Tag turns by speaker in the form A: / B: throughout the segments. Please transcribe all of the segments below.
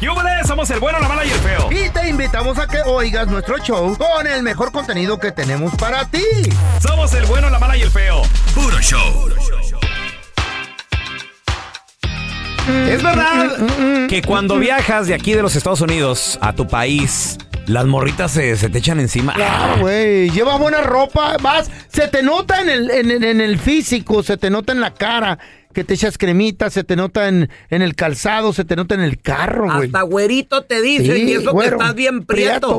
A: ¡Yúbales! Somos el bueno, la mala y el feo.
B: Y te invitamos a que oigas nuestro show con el mejor contenido que tenemos para ti.
A: Somos el bueno, la mala y el feo. Puro show. Es verdad que cuando viajas de aquí de los Estados Unidos a tu país, las morritas se, se te echan encima.
B: Ah, güey, lleva buena ropa, vas, se te nota en el, en, en- en el físico, se te nota en la cara, que te echas cremita, se te nota en, en el calzado, se te nota en el carro, güey.
C: Hasta güerito te dicen,
B: Sí,
C: y eso
B: güero,
C: que estás bien
B: prieto.
C: prieto.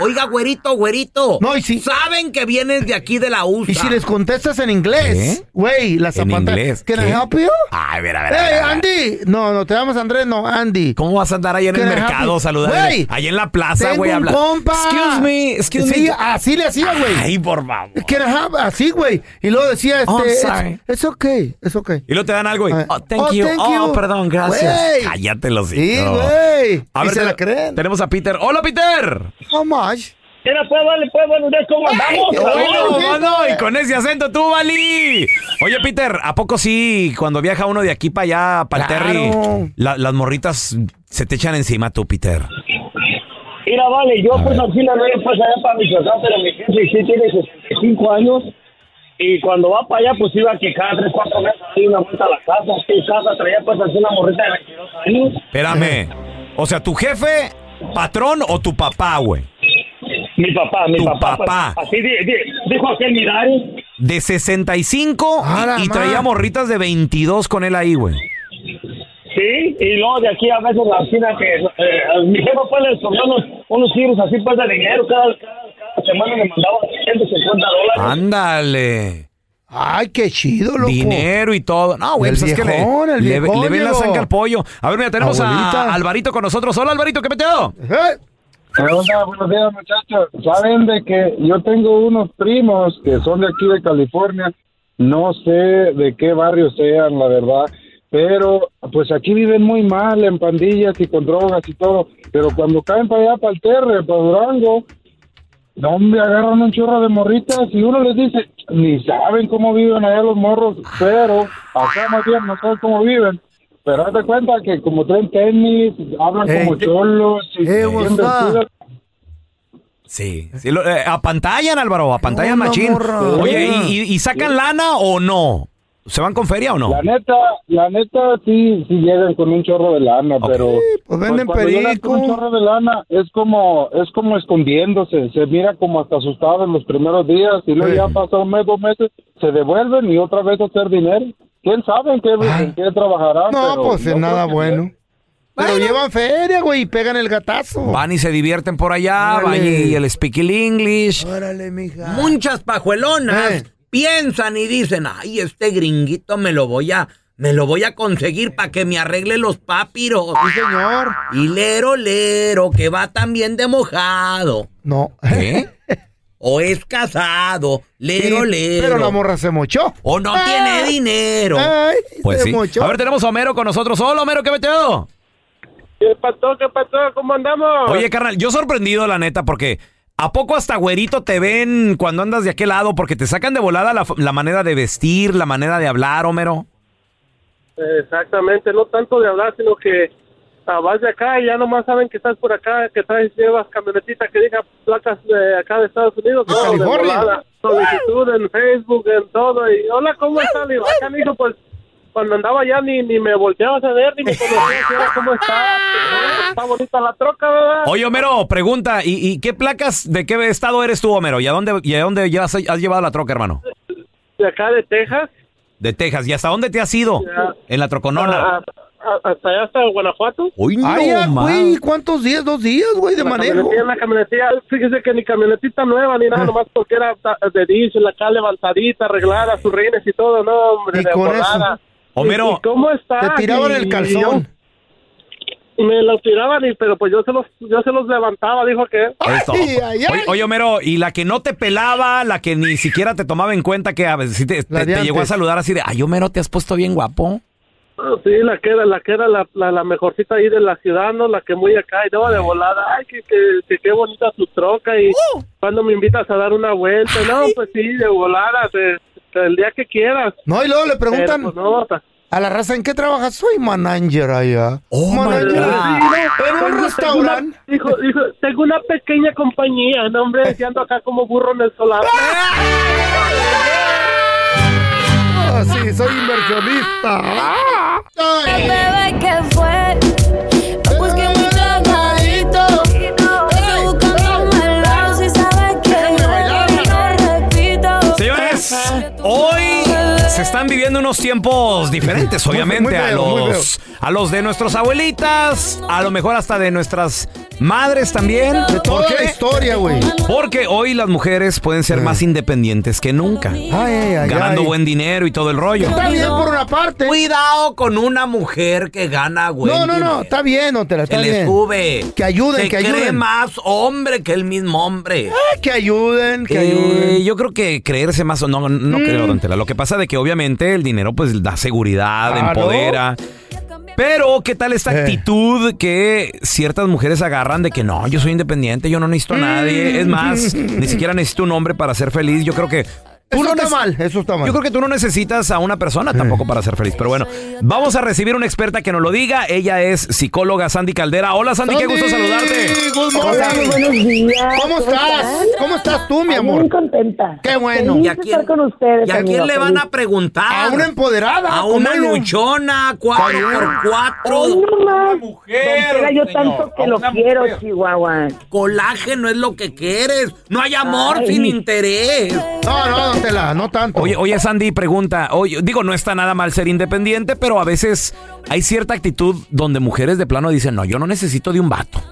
C: Oiga, güerito, güerito.
B: No, y sí.
C: Saben que vienes de aquí de la USA.
B: Y si les contestas en inglés,
A: ¿Qué?
B: güey, la
A: En
B: zapata.
A: inglés.
B: Can I
A: ¿qué? Ah,
B: help you?
A: Ay, a ver, a ver. a ver,
B: Hey,
A: a ver.
B: Andy. No, no te llamas Andrés, no, Andy.
A: ¿Cómo vas a andar ahí en el
B: Can I help
A: mercado
B: you?
A: saludando?
B: Güey,
A: Ahí en la plaza,
B: Tengo
A: güey,
B: un
A: habla.
B: compa.
A: Excuse me, excuse
B: sí,
A: me.
B: así le hacía, güey.
A: Ay, por favor.
B: Can I help? Así, güey. Y luego decía,
A: Oh, I'm
B: este,
A: sorry.
B: es it's okay, it's okay.
A: Y luego te dan algo y,
B: Ay.
A: oh, thank
B: Oh,
A: you.
B: thank
A: oh,
B: you.
A: perdón, gracias.
B: Güey.
A: Cállate los
B: Sí, güey. Y se la creen.
A: Tenemos a Peter. ¡Hola, Peter!
B: How much?
D: Mira, pues, vale, pues, buenos días, ¿cómo andamos?
B: Ay,
D: Saludos.
B: bueno,
A: ¡Oh,
B: sí.
A: mano! Y con ese acento tú, Vali. Oye, Peter, ¿a poco sí cuando viaja uno de aquí para allá, para
B: Claro.
A: Terry, la- las morritas se te echan encima tú, Peter?
D: Mira, vale, yo
A: A
D: pues
A: ver.
D: aquí la veo pues allá para Michoacán, pero mi jefe sí tiene 65 años y cuando va para allá pues iba que cada 3, 4 meses hay una vuelta a la casa, tu casa traía pues así una morrita de 22 años.
A: Espérame. O sea, ¿tu jefe, patrón o tu papá, güey?
D: Mi papá, mi
A: Tu
D: papá. pues,
A: papá.
D: así di- di- dijo aquel Mirari.
A: De 65 y-
B: A la
A: y,
B: madre.
A: traía morritas de 22 con él ahí, güey.
D: Sí, y luego de aquí a veces la vecina que eh, a mi jefa pues le sobró unos, unos giros así pues de dinero, cada, cada, cada semana le mandaba 150
A: Ah.
D: dólares.
A: Ándale.
B: Ay, qué chido, loco.
A: Dinero y todo. No, güey,
B: El
A: pues es que
B: viejón,
A: le,
B: el
A: le-
B: viejón,
A: le ven la
B: Diego.
A: sangre al pollo. A ver, mira, tenemos a
B: Abuelita.
A: Alvarito con nosotros. Hola, Alvarito, ¿qué peteo?
B: Eh,
E: Hola, buenos días muchachos. Saben de que yo tengo unos primos que son de aquí de California. No sé de qué barrio sean, la verdad. Pero pues aquí viven muy mal en pandillas y con drogas y todo. Pero cuando caen para allá, para el Terre, para Durango, no me agarran un chorro de morritas y uno les dice, ni saben cómo viven allá los morros, pero acá más bien no saben cómo viven. Pero haz de cuenta que como traen tenis, hablan
B: Ey,
E: como
B: ¿qué-
E: cholos. y
B: Eh,
E: bien
B: what's up?
E: vestidos.
A: Sí. sí lo- eh, apantallan, Álvaro, apantallan
B: Una
A: machín.
B: morra.
A: Oye, ¿y, y- y sacan lana o no? ¿Se van con feria o no?
E: La neta, la neta sí, sí llegan con un chorro de lana, pero
B: pues venden
E: cuando llegan con un
B: perico.
E: chorro de lana es como es como escondiéndose, se mira como hasta asustado en los primeros días y luego
B: Sí.
E: ya pasa un mes, dos meses, se devuelven y otra vez a hacer dinero. ¿Quién sabe en qué,
B: Ay.
E: en qué trabajarán?
B: No,
E: pero
B: pues
E: yo
B: es nada
E: creo que-
B: bueno. Pero llevan feria, güey, y pegan el gatazo.
A: Van y se divierten por allá,
B: Órale.
A: van y el speak el English.
B: Órale, mija.
C: Muchas pajuelonas
B: Eh.
C: piensan y dicen, ay, este gringuito me lo voy a, me lo voy a conseguir para que me arregle los papiros.
B: Sí, señor.
C: Y lero, lero, que va también de mojado. ¿Eh?
B: No.
A: ¿Qué?
C: O es casado, lero,
B: Sí,
C: lero.
B: Pero la morra se mochó.
C: O no
B: Ah.
C: tiene dinero.
B: Ay,
A: Pues
B: se
A: sí.
B: mochó.
A: A ver, tenemos a Homero con nosotros. Hola, Homero, ¿qué peteo?
D: ¿Qué pasó? ¿Qué pasó? ¿Cómo andamos?
A: Oye, carnal, yo sorprendido, la neta, porque ¿a poco hasta güerito te ven cuando andas de aquel lado? Porque te sacan de volada la, f- la manera de vestir, la manera de hablar, Homero.
D: Exactamente, no tanto de hablar, sino que ah, vas de acá y ya nomás saben que estás por acá, que traes, llevas camionetita que diga placas de acá de Estados Unidos,
B: De
D: no, de
B: California.
D: volada. solicitud en Facebook, en todo, y hola, ¿cómo estás? Y acá me dijo, pues, cuando andaba allá ni, ni me volteabas a ver, ni me conocías, y ahora, ¿cómo estás? Está bonita la troca, ¿verdad?
A: Oye, Homero, pregunta, ¿y, y qué placas, de qué estado eres tú, Homero? ¿Y a dónde, y a dónde ya has, has llevado la troca, hermano?
D: De acá de Texas,
A: De Texas. ¿Y hasta dónde te has ido?
D: Ya.
A: En la troconona.
D: a- a- hasta allá, hasta Guanajuato.
A: Uy, no,
B: Ay, ah,
A: ma.
B: güey, ¿cuántos días? Dos días, güey, de
D: La
B: manejo. Ah.
D: camionetilla, la camionetilla, fíjese que ni camionetita nueva ni nada, nomás porque era ta- de diésel acá levantadita, arreglada, sus rines y todo, no, hombre,
B: Y
D: de
B: con
D: volada.
B: eso.
A: Homero.
D: ¿Y- y cómo está?
B: Te tiraban
D: Y-
B: el
D: y
B: calzón.
D: yo- me lo tiraban, y, pero pues yo se los, yo se los levantaba, dijo que.
A: Esto.
B: Ay, ay, ay.
A: Oye, oye, Homero, y la que no te pelaba, la que ni siquiera te tomaba en cuenta, que a veces sí te,
B: La
A: te-
B: de
A: te llegó a
B: antes.
A: saludar así de, ay, Homero, te has puesto bien guapo.
D: "Ah, Sí, la que era, la que era la, la, la mejorcita ahí de la ciudad, ¿no? La que muy acá, y no, de volada, ay, que, que, que qué bonita tu troca, y cuando me invitas a dar una vuelta, no, pues sí, de volada, de- el día que quieras.
B: pues, No, y luego le
D: Pero,
B: preguntan
D: pues, no, ta-
B: a la raza, ¿en qué trabajas? Soy manager allá.
A: Oh, my
B: manager.
A: God.
B: sí, restaurante.
D: Dijo, dijo, tengo una pequeña compañía, no hombre, ya ando acá como burro en el solar.
F: Ah.
B: Ah, sí, soy inversionista. Ah. Ay.
G: bebé que fue. Me busqué un tragadito. Estoy buscando un melón si sabes que yo no repito.
A: Señores, hoy se están viviendo unos tiempos diferentes, obviamente,
B: muy
A: a,
B: feo, muy
A: los, a los de nuestras abuelitas, a lo mejor hasta de nuestras madres también. ¿Por
B: Toda la
A: qué?
B: historia, güey.
A: Porque hoy las mujeres pueden ser más independientes que nunca,
B: Ay, ay, ay,
A: ganando
B: ay.
A: buen dinero y todo el rollo.
B: Está bien por una parte.
C: Cuidado con una mujer que gana, güey.
B: No, no, no, está bien, Otela,
C: Se
B: está
C: le
B: bien.
C: sube.
B: Que ayuden,
C: Se
B: que
C: cree
B: ayuden.
C: más hombre que el mismo hombre.
B: Ah, que ayuden, que Mm.
A: Eh,
B: ayuden.
A: yo creo que creerse más o no, no creo, don Tela. Lo que pasa de que obviamente el dinero pues da seguridad,
B: Claro.
A: empodera. Pero, ¿qué tal esta
B: Eh.
A: actitud que ciertas mujeres agarran de que no, yo soy independiente, yo no necesito a nadie? Es más, ni siquiera necesito un hombre para ser feliz. Yo creo que tú
B: Eso
A: no
B: está
A: neces-
B: mal, eso está mal.
A: Yo creo que tú no necesitas a una persona tampoco para ser feliz. Pero bueno, vamos a recibir una experta que nos lo diga. Ella es psicóloga Sandy Caldera. Hola Sandy, qué gusto
B: Sandy,
A: saludarte.
B: good
F: Hola,
B: morning.
F: muy buenos días.
B: ¿Cómo estás? ¿Cómo estás tú, mi
F: Ay,
B: amor?
F: Bien contenta.
B: Qué bueno.
C: ¿Y
F: Feliz de
C: a quién,
F: estar con ustedes,
C: ¿y a
F: amigo,
C: quién le van
F: feliz.
C: a preguntar?
B: A una empoderada.
C: A una
B: comadre.
C: luchona, cuatro por
F: Ay,
C: cuatro.
F: no más. Don Tela, yo tanto que lo quiero, Chihuahua.
C: Colágeno es lo que quieres. No hay amor
F: Ay.
C: sin interés.
B: No, no, don Tela, no tanto.
A: Oye, oye Sandy, pregunta, oye, digo, no está nada mal ser independiente, pero a veces hay cierta actitud donde mujeres de plano dicen, no, yo no necesito de un vato.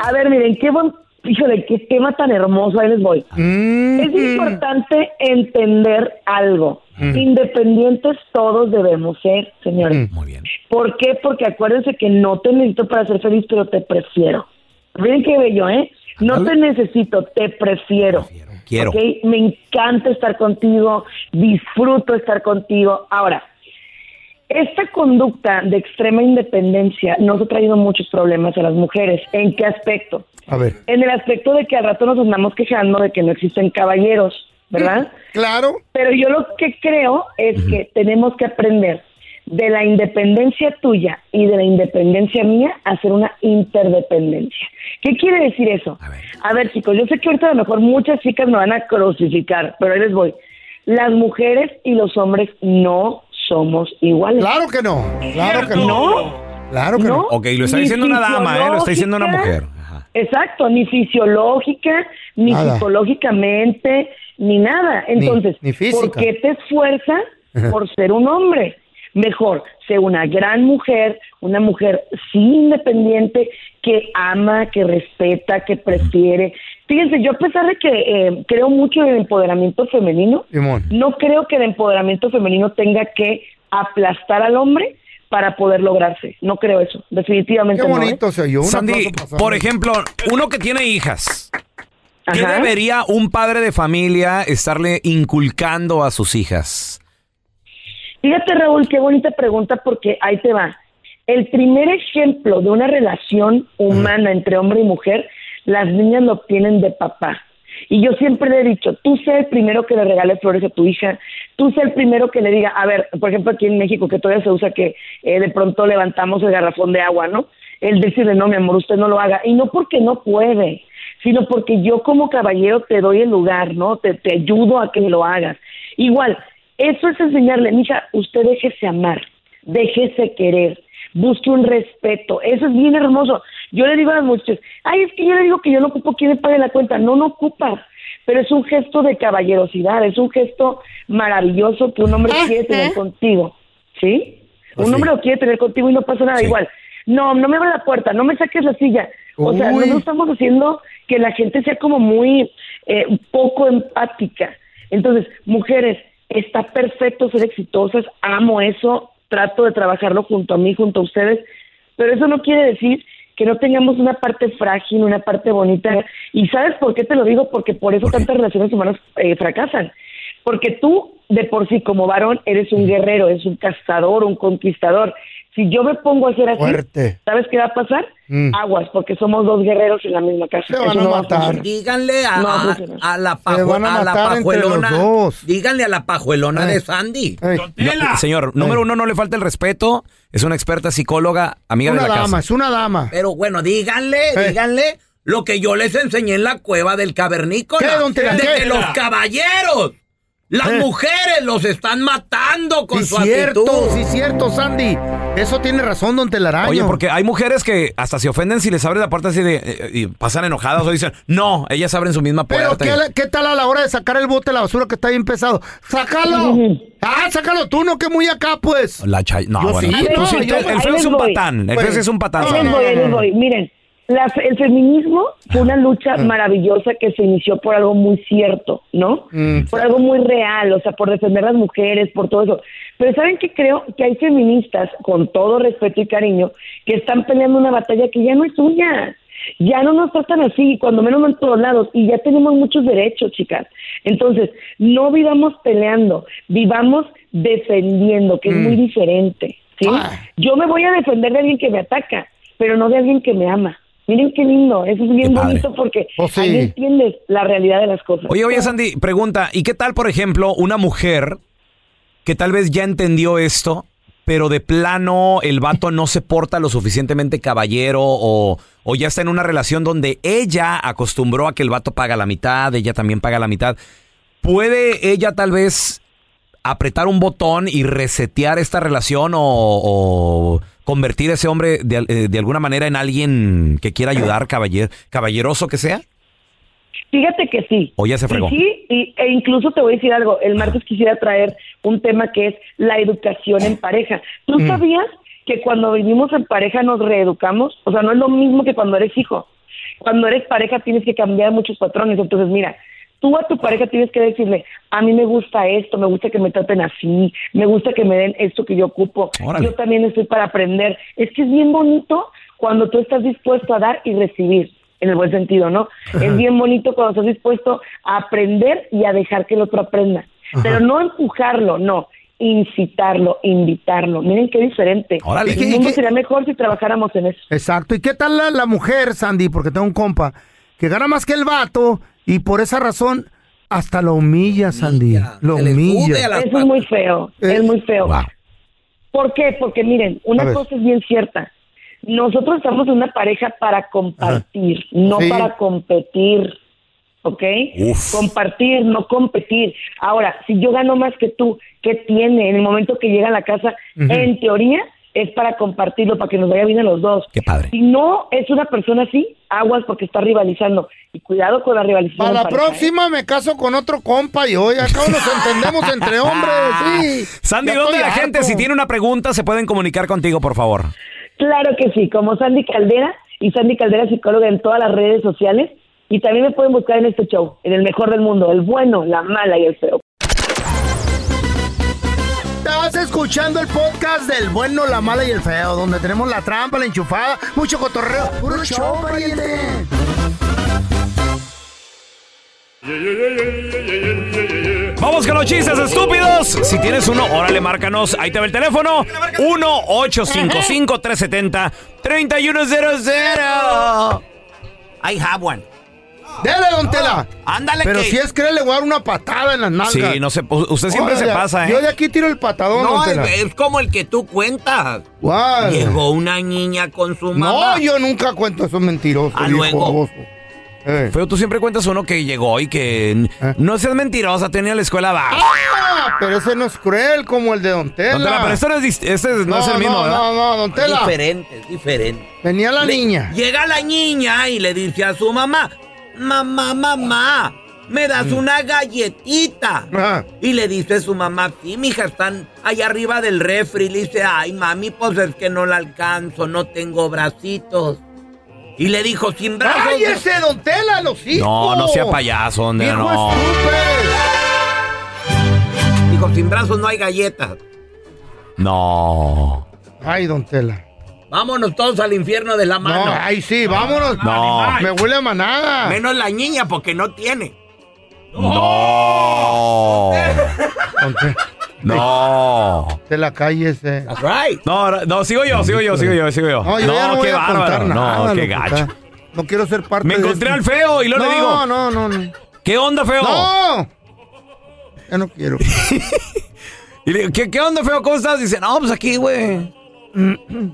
F: A ver, miren, qué buen... Híjole, qué tema tan hermoso, ahí les voy.
B: Mm.
F: Es importante entender algo. Independientes todos debemos ser, señores.
A: Muy bien.
F: ¿Por qué? Porque acuérdense que no te necesito para ser feliz, pero te prefiero. Miren qué bello, ¿eh? No te necesito, te prefiero.
A: Quiero.
F: ¿ok? Me encanta estar contigo, disfruto estar contigo. Ahora, esta conducta de extrema independencia nos ha traído muchos problemas a las mujeres. ¿En qué aspecto?
B: A ver.
F: En el aspecto de que al rato nos andamos quejando de que no existen caballeros, ¿verdad?
B: Claro.
F: Pero yo lo que creo es que tenemos que aprender de la independencia tuya y de la independencia mía a hacer una interdependencia. ¿Qué quiere decir eso?
A: A ver.
F: chicos, yo sé que ahorita a lo mejor muchas chicas me van a crucificar, pero ahí les voy. Las mujeres y los hombres no somos iguales.
B: Claro que no. Claro que no. Claro que no.
F: ¿No?
A: Ok, lo está
F: Ni
A: diciendo una dama, ¿eh? Lo está diciendo una
F: fisiológica,
A: mujer. Ajá.
F: Exacto, ni fisiológica, ni
B: Nada.
F: psicológicamente, ni nada. Entonces,
B: ni
F: ¿por
B: física.
F: qué te esfuerzas por ser un hombre? Mejor, sé una gran mujer, una mujer sí independiente, que ama, que respeta, que prefiere. Fíjense, yo a pesar de que eh, creo mucho en el empoderamiento femenino,
B: Simón.
F: no creo que el empoderamiento femenino tenga que aplastar al hombre para poder lograrse. No creo eso, definitivamente
B: Qué
F: no, ¿eh?
B: bonito se oyó. Un
A: Sandy,
B: aplauso para Sandy.
A: por ejemplo, uno que tiene hijas, ¿qué
F: Ajá.
A: debería un padre de familia estarle inculcando a sus hijas?
F: Fíjate, Raúl, qué bonita pregunta porque ahí te va. El primer ejemplo de una relación humana entre hombre y mujer, las niñas lo obtienen de papá. Y yo siempre le he dicho, tú sé el primero que le regale flores a tu hija, tú sé el primero que le diga, a ver, por ejemplo, aquí en México que todavía se usa que eh, de pronto levantamos el garrafón de agua, ¿no? El decirle, no, mi amor, usted no lo haga. Y no porque no puede, sino porque yo como caballero te doy el lugar, ¿no? Te, te ayudo a que lo hagas. Igual, eso es enseñarle, mija, usted déjese amar, déjese querer, busque un respeto. Eso es bien hermoso. Yo le digo a las muchachas, ay, es que yo le digo que yo no ocupo quien me pague la cuenta. No, no ocupas. Pero es un gesto de caballerosidad, es un gesto maravilloso que un hombre quiere tener contigo. ¿Sí? un hombre lo quiere tener contigo y no pasa nada igual. No, no me abra la puerta, no me saques la silla. O sea,
B: Uy.
F: no nos estamos haciendo que la gente sea como muy eh, poco empática. Entonces, mujeres, está perfecto ser exitosas, amo eso, trato de trabajarlo junto a mí, junto a ustedes, pero eso no quiere decir que no tengamos una parte frágil, una parte bonita. ¿Y sabes por qué te lo digo? Porque por eso tantas relaciones humanas eh, fracasan.
B: Mm.
F: Porque tú, de por sí, como varón, eres un guerrero, eres un cazador, un conquistador. Si yo me pongo a hacer así,
B: Fuerte.
F: ¿sabes qué va a pasar?
B: Mm.
F: Aguas, porque somos dos guerreros en la misma casa.
B: Se
F: Eso
B: van a
F: no va
B: matar.
F: funcionar.
C: Díganle a,
F: No,
C: a-
F: funcionó.
C: a la,
B: Ah. Se van a
C: pajuelona, la
B: matar entre los
C: pajuelona.
B: dos.
C: Díganle a la pajuelona
B: Ay.
C: de Sandy.
B: Ey,
A: No, señor, número uno, no le falta el respeto. Es una experta psicóloga, amiga
B: una
A: de la
B: dama,
A: casa. Eh,
B: es una dama.
C: Pero bueno, díganle,
B: Eh.
C: díganle lo que yo les enseñé en la cueva del cavernícola.
B: ¿Qué, don Tela?
C: de
B: ¿Qué?
C: que los caballeros, las
B: Eh.
C: mujeres los están matando con
B: Sí,
C: su
B: cierto,
C: actitud.
B: sí, cierto, Sandy. Eso tiene razón, don Telaraño.
A: Oye, porque hay mujeres que hasta se ofenden si les abres la puerta así de. eh, y pasan enojadas o dicen, no, ellas abren su misma puerta.
B: Pero, ¿qué,
A: Y-
B: la- qué tal a la hora de sacar el bote de la basura que está bien pesado? ¡Sácalo! ¡Ah, sácalo tú, no que muy acá, pues!
A: La chay- No,
B: Yo
A: bueno.
B: sí,
A: Tú
B: no,
A: sí,
B: yo-
A: el
F: ahí
A: feo es
F: les
A: un
F: voy.
A: patán. El feo
B: Pues,
A: sí es un patán.
B: no,
F: Ahí
A: Sandy.
F: les voy, ahí les voy. Miren, la fe- el feminismo fue una lucha maravillosa que se inició por algo muy cierto, ¿no?
B: Mm.
F: Por algo muy real, o sea, por defender las mujeres, por todo eso. Pero ¿saben qué? Creo que hay feministas, con todo respeto y cariño, que están peleando una batalla que ya no es suya. Ya no nos tratan así, cuando menos no en todos lados, y ya tenemos muchos derechos, chicas. Entonces, no vivamos peleando, vivamos defendiendo, que es muy diferente. ¿sí?
B: Ah.
F: Yo me voy a defender de alguien que me ataca, pero no de alguien que me ama. Miren qué lindo, eso es bien
A: Qué padre.
F: bonito porque
B: Oh, sí.
F: ahí entiendes la realidad de las cosas.
A: Oye, oye, Sandy, pregunta, ¿y qué tal, por ejemplo, una mujer que tal vez ya entendió esto, pero de plano el vato no se porta lo suficientemente caballero o, o ya está en una relación donde ella acostumbró a que el vato paga la mitad, ella también paga la mitad? ¿Puede ella tal vez apretar un botón y resetear esta relación o, o convertir a ese hombre de, al- eh, de alguna manera en alguien que quiera ayudar, caballer- caballeroso que sea?
F: Fíjate que sí.
A: ¿O ya se fregó?
F: Y sí, y- e incluso te voy a decir algo. El martes quisiera traer un tema que es la educación en pareja. ¿Tú
A: Mm.
F: sabías que cuando vivimos en pareja nos reeducamos? O sea, no es lo mismo que cuando eres hijo. Cuando eres pareja tienes que cambiar muchos patrones. Entonces, mira, tú a tu pareja tienes que decirle, a mí me gusta esto, me gusta que me traten así, me gusta que me den esto que yo ocupo.
A: Órale.
F: Yo también estoy para aprender. Es que es bien bonito cuando tú estás dispuesto a dar y recibir, en el buen sentido, ¿no? Es bien bonito cuando estás dispuesto a aprender y a dejar que el otro aprenda. Pero no empujarlo, no. Incitarlo, invitarlo. Miren qué diferente.
A: Órale.
B: ¿Y qué-
F: El
B: y
F: mundo
B: qué-
F: sería mejor si trabajáramos en eso.
B: Exacto. ¿Y qué tal la, la mujer, Sandy? Porque tengo un compa que gana más que el vato y por esa razón hasta lo humilla, Sandy. Lo
C: Se les sube a
B: humilla.
C: la-
F: Eso es muy feo.
B: Eh,
F: Es muy feo.
A: Wow.
F: ¿Por qué? Porque miren,
B: A
F: una
B: ver.
F: cosa es bien cierta. Nosotros estamos en una pareja para compartir, no
B: Sí.
F: para competir. ¿Ok?
A: Uf.
F: Compartir, no competir. Ahora, si yo gano más que tú, ¿qué tiene? En el momento que llega a la casa, en teoría, es para compartirlo, para que nos vaya bien a los dos.
A: Qué padre.
F: Si no es una persona así, aguas porque está rivalizando. Y cuidado con la rivalización.
B: Para
F: en
B: la
F: pareja, ¿eh?
B: próxima me caso con otro compa y hoy acá nos entendemos entre hombres. Sí.
A: Ah, Sandy,
B: Ya
A: ¿dónde
B: estoy
A: la gente,
B: harto.
A: si tiene una pregunta, se pueden comunicar contigo, por favor?
F: Claro que sí, como Sandy Caldera y Sandy Caldera psicóloga en todas las redes sociales y también me pueden buscar en este show, en el mejor del mundo, el bueno, la mala y el feo.
B: Estás escuchando el podcast del bueno, la mala y el feo, donde tenemos la trampa, la enchufada, mucho cotorreo. ¡Puro show, pariente!
A: Vamos con los chistes estúpidos. Si tienes uno, órale, márcanos. Ahí te va el teléfono. 1-855-370-3100.
C: I have one.
B: ¡Dele,
A: Ah,
B: don Tela!
C: Ándale
B: Pero
C: que...
B: si es que le voy a dar una patada en las nalgas.
A: Sí, no se, usted siempre
B: Oiga,
A: se pasa,
B: Yo
A: ¿eh?
B: de aquí tiro el patadón,
C: No,
B: don
C: es,
B: Tela.
C: es como el que tú cuentas.
B: ¿Cuál?
C: Llegó una niña con su mamá.
B: Ah. No, yo nunca cuento esos mentirosos.
C: Ah,
B: viejo
C: luego.
B: baboso. Eh.
A: Feo, tú siempre cuentas uno que llegó y que n-
B: ¿Eh?
A: no seas mentirosa, tenía la escuela baja.
B: Ah, pero ese no es cruel como el de Don Tela.
A: Don Tela, pero este no es, dist- este no, es el mismo,
B: no,
A: ¿verdad?
B: No, no, Don
C: Es
B: Tela.
C: diferente, es diferente.
B: Venía la niña.
C: Llega la niña y le dice a su mamá, mamá, mamá, me
B: Mm.
C: das una galletita.
B: Ajá.
C: Y le dice su mamá, sí, mija, están allá arriba del refri. Le dice, ay, mami, pues es que no la alcanzo, no tengo bracitos. Y le dijo, sin brazos.
B: ¡Cállese, Don Tela, los hijos!
A: No, no sea payaso, don Tela,
B: Hijo
A: no.
B: estúpido.
C: Dijo, sin brazos no hay galletas.
A: No.
B: Ay, Don Tela.
C: Vámonos todos al infierno de la mano.
B: No, ay, sí, vámonos.
A: No.
B: Me huele a manada.
C: Menos la niña, porque no tiene.
A: No.
B: Don Tela.
A: No.
B: De la calle ese.
C: That's right.
A: No, no, no, sigo yo, sigo yo, sigo yo, sigo yo.
B: No, yo ya no voy
A: qué
B: a contar
A: bárbaro.
B: nada.
A: No, qué
B: loco,
A: gacho.
B: acá. No quiero ser parte
A: Me
B: de
A: encontré
B: esto.
A: al feo y luego
B: no,
A: le digo,
B: No, no, no.
A: ¿qué onda, feo?
B: ¡No! Ya no quiero.
A: Y le digo, ¿qué, qué onda, feo? ¿Cómo estás? Dice, no, pues aquí, güey.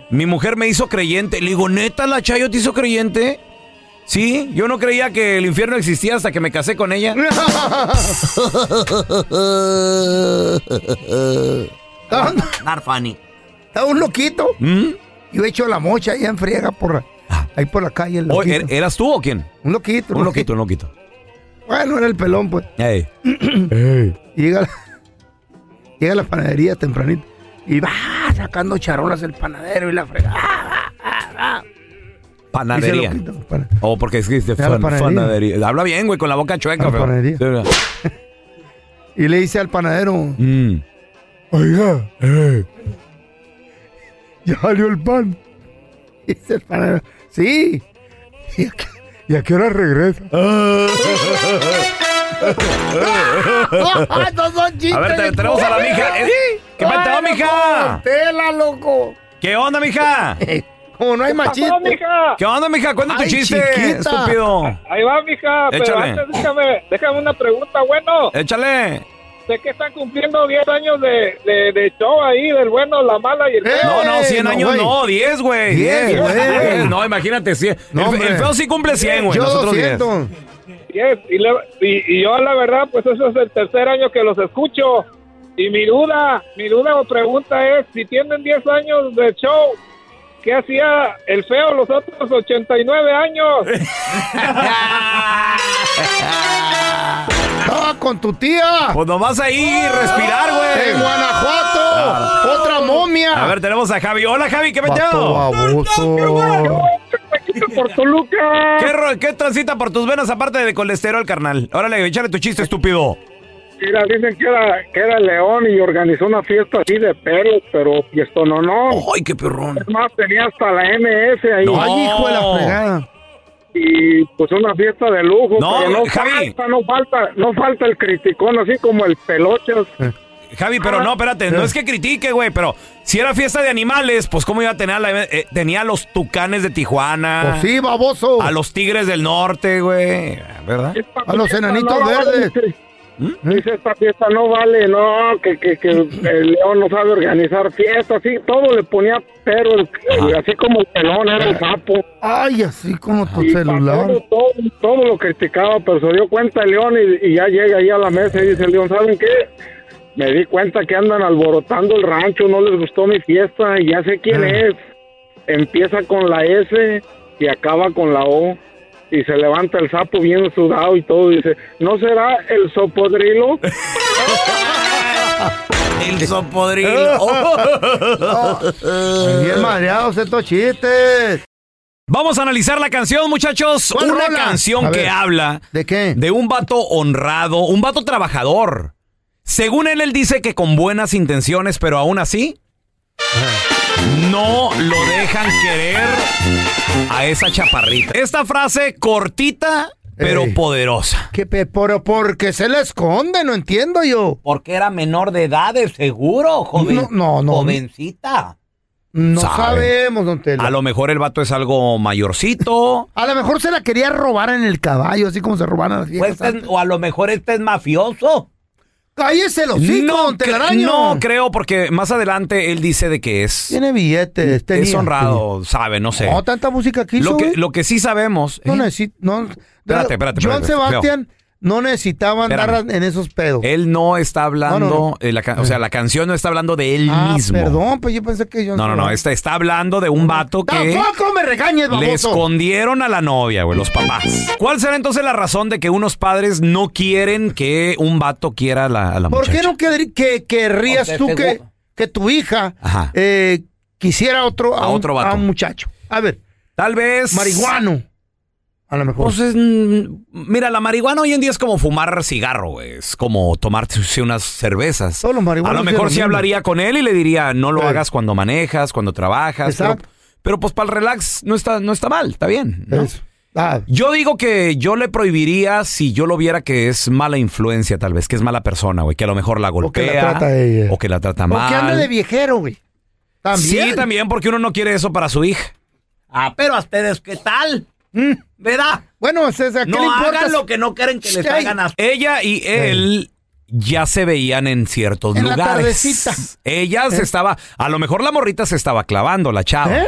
A: Mi mujer me hizo creyente. Le digo, ¿neta la Chayo te hizo creyente? Sí, yo no creía que el infierno existía hasta que me casé con ella.
B: Estaba un-
C: Not funny.
B: estaba Ah, un loquito.
A: ¿Mm?
B: Yo he hecho la mocha allá en friega por
A: Ah.
B: ahí por la calle. el
A: O-
B: loquito.
A: er- ¿Eras tú o quién?
B: un loquito.
A: Un loquito, un loquito.
B: Bueno, era el pelón, pues.
A: Ey.
B: Y llega a la, llega a la panadería tempranito. Y va sacando charolas el panadero y la fregada. Dice el
A: Panadería.
B: loquito, pana-
A: O porque escribiste
B: Era la
A: fan-
B: panadería.
A: panadería. Habla bien, güey, con la boca chueca,
B: Era
A: feo.
B: panadería.
A: Sí, mira.
B: Y le dice al panadero,
A: Mm.
B: oiga, eh, ya salió el pan. Y dice el panadero, sí. ¿Y a qué, y a qué hora regresa?
A: A ver, te- tenemos a la mija. Eh, ¿Qué pasó, mija?
B: Tela, loco.
A: ¿Qué onda, mija?
B: Como no hay machista.
E: mija?
A: ¿Qué onda, mija? Cuenta tu
B: Ay,
A: chiste,
B: chiquita.
A: estúpido.
E: Ahí va, mija.
A: pero Échale. antes
E: déjame, déjame una pregunta. Bueno,
A: Échale.
E: sé que están cumpliendo 10 años de, de, show ahí, del bueno, la mala y el
B: feo.
A: No, no, 100
B: Eh, no,
A: años
B: güey.
A: no, 10, güey.
B: 10,
A: 10,
B: güey.
A: güey. No, imagínate 100.
B: No,
A: el, fe- el
B: hombre.
A: feo sí cumple 100, güey.
B: Yo
A: Nosotros 10.
B: 200.
E: Yes, y, le- y- y yo la verdad, pues eso es el tercer año que los escucho. Y mi duda, mi duda o pregunta es, si tienen 10 años de show, ¿qué hacía el feo los otros 89 años?
B: Estaba con tu tía.
A: Pues nomás ahí respirar,
B: En
A: güey.
B: Guanajuato. Otra momia.
A: Pues, A ver, tenemos a Javi. Hola, Javi, ¿qué
B: Vato
A: metido?
B: baboso.
E: Por Toluca.
A: ¿Qué, ro- ¿Qué transita por tus venas aparte de colesterol, carnal? Órale, échale tu chiste, estúpido.
E: Mira, dicen que era, que era león y organizó una fiesta así de perros, pero esto no, no.
A: ¡Ay, qué perrón!
E: Es más, tenía hasta la MS ahí.
A: Oh. No.
B: Ay, hijo de la fregada.
E: y pues una fiesta de lujo,
A: No,
E: pero no
A: Javi.
E: falta, no falta, no falta el criticón así como el pelochas.
A: Javi, pero no, espérate, no es que critique, güey, pero si era fiesta de animales, pues cómo iba a tener a la... eh, tenía a los tucanes de Tijuana,
B: Pues sí, baboso.
A: Ah. a los tigres del norte, güey, ¿verdad?
B: A los enanitos
E: vale,
B: verdes. ¿Mm?
E: dice- Dice, esta fiesta no vale, no, que, que, que el león no sabe organizar fiestas, así, todo le ponía pero, el-
A: Ajá.
E: así como el pelón era el sapo.
B: Ay, así como tu
E: Y
B: celular.
E: Patrón, Todo, todo lo criticaba, pero se dio cuenta el León y, y ya llega ahí a la mesa y dice el León, ¿saben qué? Me di cuenta que andan alborotando el rancho, no les gustó mi fiesta y ya sé quién
B: Ah.
E: es. Empieza con la S y acaba con la O. Y se levanta el sapo bien sudado y todo. y dice, ¿no será el sopodrilo?
C: El sopodrilo.
B: Bien mareados estos chistes.
A: Vamos a analizar la canción, muchachos.
B: ¿Cuál
A: Una
B: rola?
A: canción
B: A
A: que
B: ver.
A: habla
B: ¿De qué?
A: de un vato honrado, un vato trabajador. Según él, él dice que con buenas intenciones, pero aún así no lo dejan querer a esa chaparrita. Esta frase cortita, pero
B: Ey.
A: poderosa.
B: Que pe- pero porque se le esconde, no entiendo yo.
C: Porque era menor de edad, de seguro, joven.
B: No, no, no.
C: Jovencita.
B: No
A: Sabe.
B: sabemos, don Tela.
A: A lo mejor el vato es algo mayorcito.
B: A lo mejor se la quería robar en el caballo, así como se roban Pues a las
C: O,
B: viejas.
A: Pues,
C: este es- o a lo mejor este es mafioso.
B: Cállese los hocico, don
A: cre-
B: Telaraño.
A: no creo, porque más adelante él dice de que es,
B: Tiene billetes, tenía.
A: es honrado, sabe, no sé.
B: No, tanta música que hizo,
A: Lo que,
B: güey.
A: lo que sí sabemos.
B: No
A: ¿eh?
B: necesito. No,
A: Espérate, espérate,
B: John
A: espérate,
B: Sebastián no necesitaba andar
A: Espérame.
B: en esos pedos.
A: Él no está hablando,
B: No, no, no.
A: eh, la ca- o sea, la canción no está hablando de él
B: ah,
A: mismo.
B: perdón, pues yo pensé que John
A: No, no, no,
B: Sebastián-
A: está, está hablando de un vato que
B: Tampoco me
A: le
B: regañes, baboso.
A: escondieron a la novia, güey, los papás. ¿Cuál será entonces la razón de que unos padres no quieren que un vato quiera a la, a la
B: ¿Por qué
A: muchacha?
B: no quer- que, querrías
C: Porque
B: tú que,
C: seguro-
B: que tu hija
A: Ajá.
B: eh, quisiera otro,
A: A
B: un-
A: otro vato.
B: a un muchacho? A ver,
A: Tal vez.
B: marihuano. A lo mejor.
A: Pues es, mm, mira, la marihuana hoy en día es como fumar cigarro, güey. Es como tomarse unas cervezas.
B: Todos los
A: a
B: marihuanos
A: lo
B: hicieron
A: mejor sí
B: lo mismo.
A: hablaría con él y le diría, no lo
B: Sí.
A: hagas cuando manejas, cuando trabajas. Pero,
B: Exacto.
A: pero, pues para el relax no está, no está mal, está bien. ¿no?
B: Eso. Ah,
A: Yo digo que yo le prohibiría si yo lo viera que es mala influencia, tal vez, que es mala persona, güey, que a lo mejor la golpea.
B: que la trata ella.
A: O que la trata mal.
B: ¿Por qué anda de viejero, güey? También.
A: Sí, también, porque uno no quiere eso para su hija.
C: Ah, pero a ustedes, ¿qué tal?
B: Mm.
C: ¿Verdad?
B: Bueno, César, ¿qué
C: No
B: le importa?
C: hagan lo que no quieren que les
B: Ay,
C: hagan a
A: Ella y él ya se veían en ciertos
B: En la
A: lugares.
B: tardecita.
A: Ella se estaba, a lo mejor la morrita se estaba clavando, la chava.
B: ¿Eh?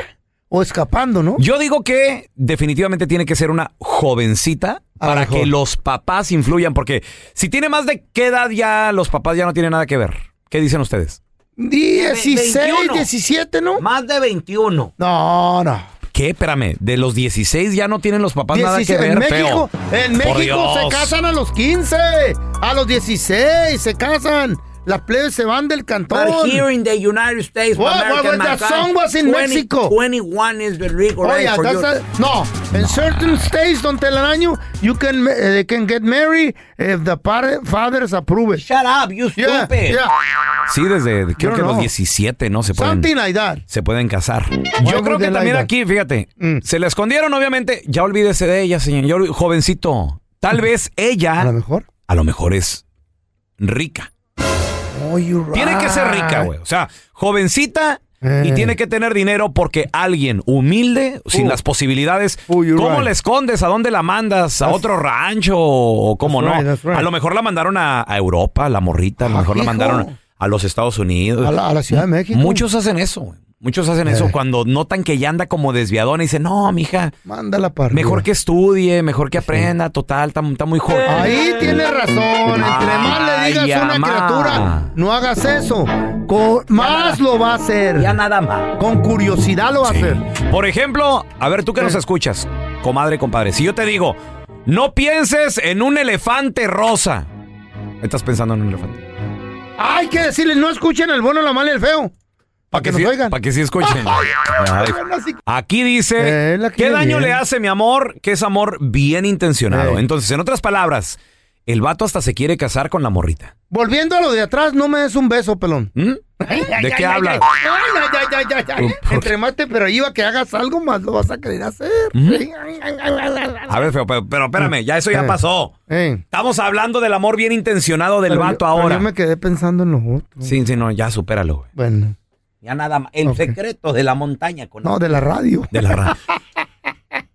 B: O escapando, ¿no?
A: Yo digo que definitivamente tiene que ser una jovencita
B: A
A: para
B: lo mejor.
A: que los papás influyan, porque si tiene más de qué edad ya los papás ya no tienen nada que ver. ¿Qué dicen ustedes?
B: 16,
C: 21.
B: 17, ¿no?
C: más de 21.
B: No, no.
A: ¿Qué? Espérame, de los 16 ya no tienen los papás nada
B: 16,
A: que ver,
B: en México,
A: feo.
B: en
A: Por
B: México se
A: Dios.
B: casan a los 15, a los 16 se casan. Las plebes se van del cantón.
C: But here in the United States, of
B: What-
C: America,
B: what- what-
C: my
B: that
C: God,
B: song was in Mexico.
C: 21 is the legal
B: Oh,
C: age
B: yeah,
C: for
B: that's
C: you.
B: a- no, in certain states, don Telaraño, you can, ma- eh, they can get married if the par- fathers approve it.
C: Shut up, you
B: Yeah,
C: stupid.
B: yeah,
A: Sí, desde creo que
B: no.
A: los 17 no se pueden.
B: something like that.
A: se pueden casar. Yo
B: Bueno,
A: creo que
B: de la
A: también
B: edad.
A: aquí, fíjate,
B: Mm.
A: se la escondieron, obviamente. Ya olvídese de ella, señor. Yo, jovencito, tal vez
B: Mm. A lo
A: ella,
B: mejor.
A: a lo mejor es rica.
B: Oh, you're
A: Tiene que ser rica,
B: right.
A: güey. O sea, jovencita y
B: Ah. Eh. Uh.
A: tiene que tener dinero porque alguien humilde, sin las posibilidades,
B: Oh, you're
A: ¿cómo
B: right.
A: la escondes? ¿A dónde la mandas? ¿A otro rancho? ¿O cómo
B: That's
A: no?
B: right, that's right.
A: A lo mejor la mandaron a, a Europa, la morrita. A lo
B: Ah,
A: mejor la
B: hijo.
A: mandaron a los Estados Unidos.
B: A la, a la Ciudad de México.
A: Muchos hacen eso, güey. Muchos hacen eso
B: Eh.
A: cuando notan que ya anda como desviadona y dicen, no, mija,
B: Mándala para arriba.
A: mejor que estudie, mejor que aprenda, total, está está muy joven.
B: Ahí tiene razón. Entre más le
A: Ay,
B: digas a una
A: ama.
B: criatura, no hagas eso. Con- más lo va a hacer.
C: Ya nada más.
B: Con curiosidad lo va
A: Sí.
B: a hacer.
A: Por ejemplo, a ver, tú que nos escuchas, comadre, compadre, si yo te digo, no pienses en un elefante rosa. Estás pensando en un elefante.
B: Hay que decirles, no escuchen el bueno, la mala y el feo. Para que, nos
A: sí,
B: oigan.
A: Para que sí escuchen. Ay.
B: Oigan así.
A: Aquí dice,
B: Él la
A: ¿qué
B: quiere
A: daño
B: bien.
A: le hace mi amor? Que es amor bien intencionado.
B: Eh.
A: Entonces, en otras palabras, el vato hasta se quiere casar con la morrita.
B: Volviendo a lo de atrás, no me des un beso, pelón.
A: ¿Mm?
B: ¿De
A: qué hablas?
B: Entre más te, pero iba que hagas algo más, lo vas a querer hacer.
A: A ver, feo, pero, pero espérame, ya eso ya
B: Eh.
A: pasó.
B: Eh,
A: Estamos hablando del amor bien intencionado del
B: pero yo-
A: vato
B: pero
A: ahora.
B: Yo me quedé pensando en los otros.
A: Sí, sí, no, ya supéralo, güey.
B: Bueno,
C: Ya nada más. El
B: Ok.
C: secreto de la montaña con
B: no, de la radio.
A: De la ra-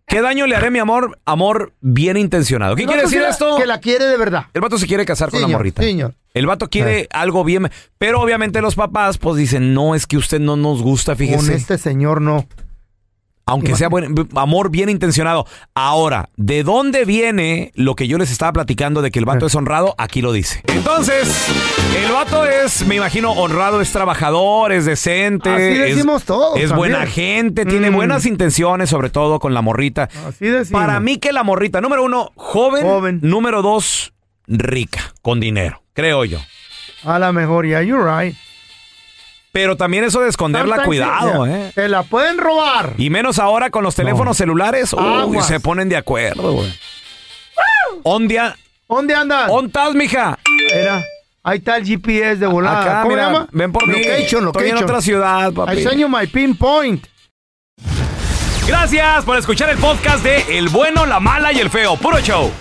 A: ¿Qué daño le haré, mi amor? Amor bien intencionado. ¿Qué
B: El
A: quiere
B: vato
A: decir
B: sí la-
A: esto?
B: pues Que la quiere de verdad.
A: El vato se quiere casar con la
B: Señor,
A: morrita.
B: señor.
A: El vato
B: Eh.
A: quiere algo bien, pero obviamente los papás pues dicen, no, es que usted no nos gusta,
B: Con
A: fíjese.
B: este señor no.
A: Aunque sea buen b- amor bien intencionado. Ahora, ¿de dónde viene lo que yo les estaba platicando de que el
B: Eh.
A: vato es honrado? Aquí lo dice. Entonces, el vato es, me imagino, honrado, es trabajador, es decente.
B: Así
A: es-
B: decimos todos
A: Es
B: también.
A: buena gente, tiene
B: Mm.
A: buenas intenciones, sobre todo con la morrita.
B: Así decimos.
A: Para mí que la morrita, número uno, joven.
B: Joven.
A: Número dos, rica, con dinero, creo yo.
B: A lo mejor, ya, you're right.
A: Pero también eso de esconderla,
B: Sometimes,
A: cuidado,
B: yeah,
A: ¿eh?
B: Te la pueden robar.
A: Y menos ahora con los teléfonos celulares. uy,
B: Aguas.
A: se ponen de acuerdo, güey. Ondia,
B: ¿Dónde andas?
A: ontas, mija.
B: Era. Ahí está el GPS de volada.
A: Acá,
B: Ah, ¿Cómo
A: mira,
B: se llama?
A: ven por mí.
B: Location,
A: Estoy en
B: location.
A: otra ciudad,
B: I
A: papi.
B: send you my pinpoint.
A: Gracias por escuchar el podcast de El Bueno, la Mala y el Feo. Puro show.